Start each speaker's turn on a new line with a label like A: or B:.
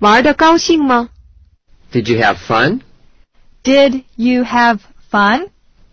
A: 玩的高兴吗
B: Did you have fun?
A: Did you have fun?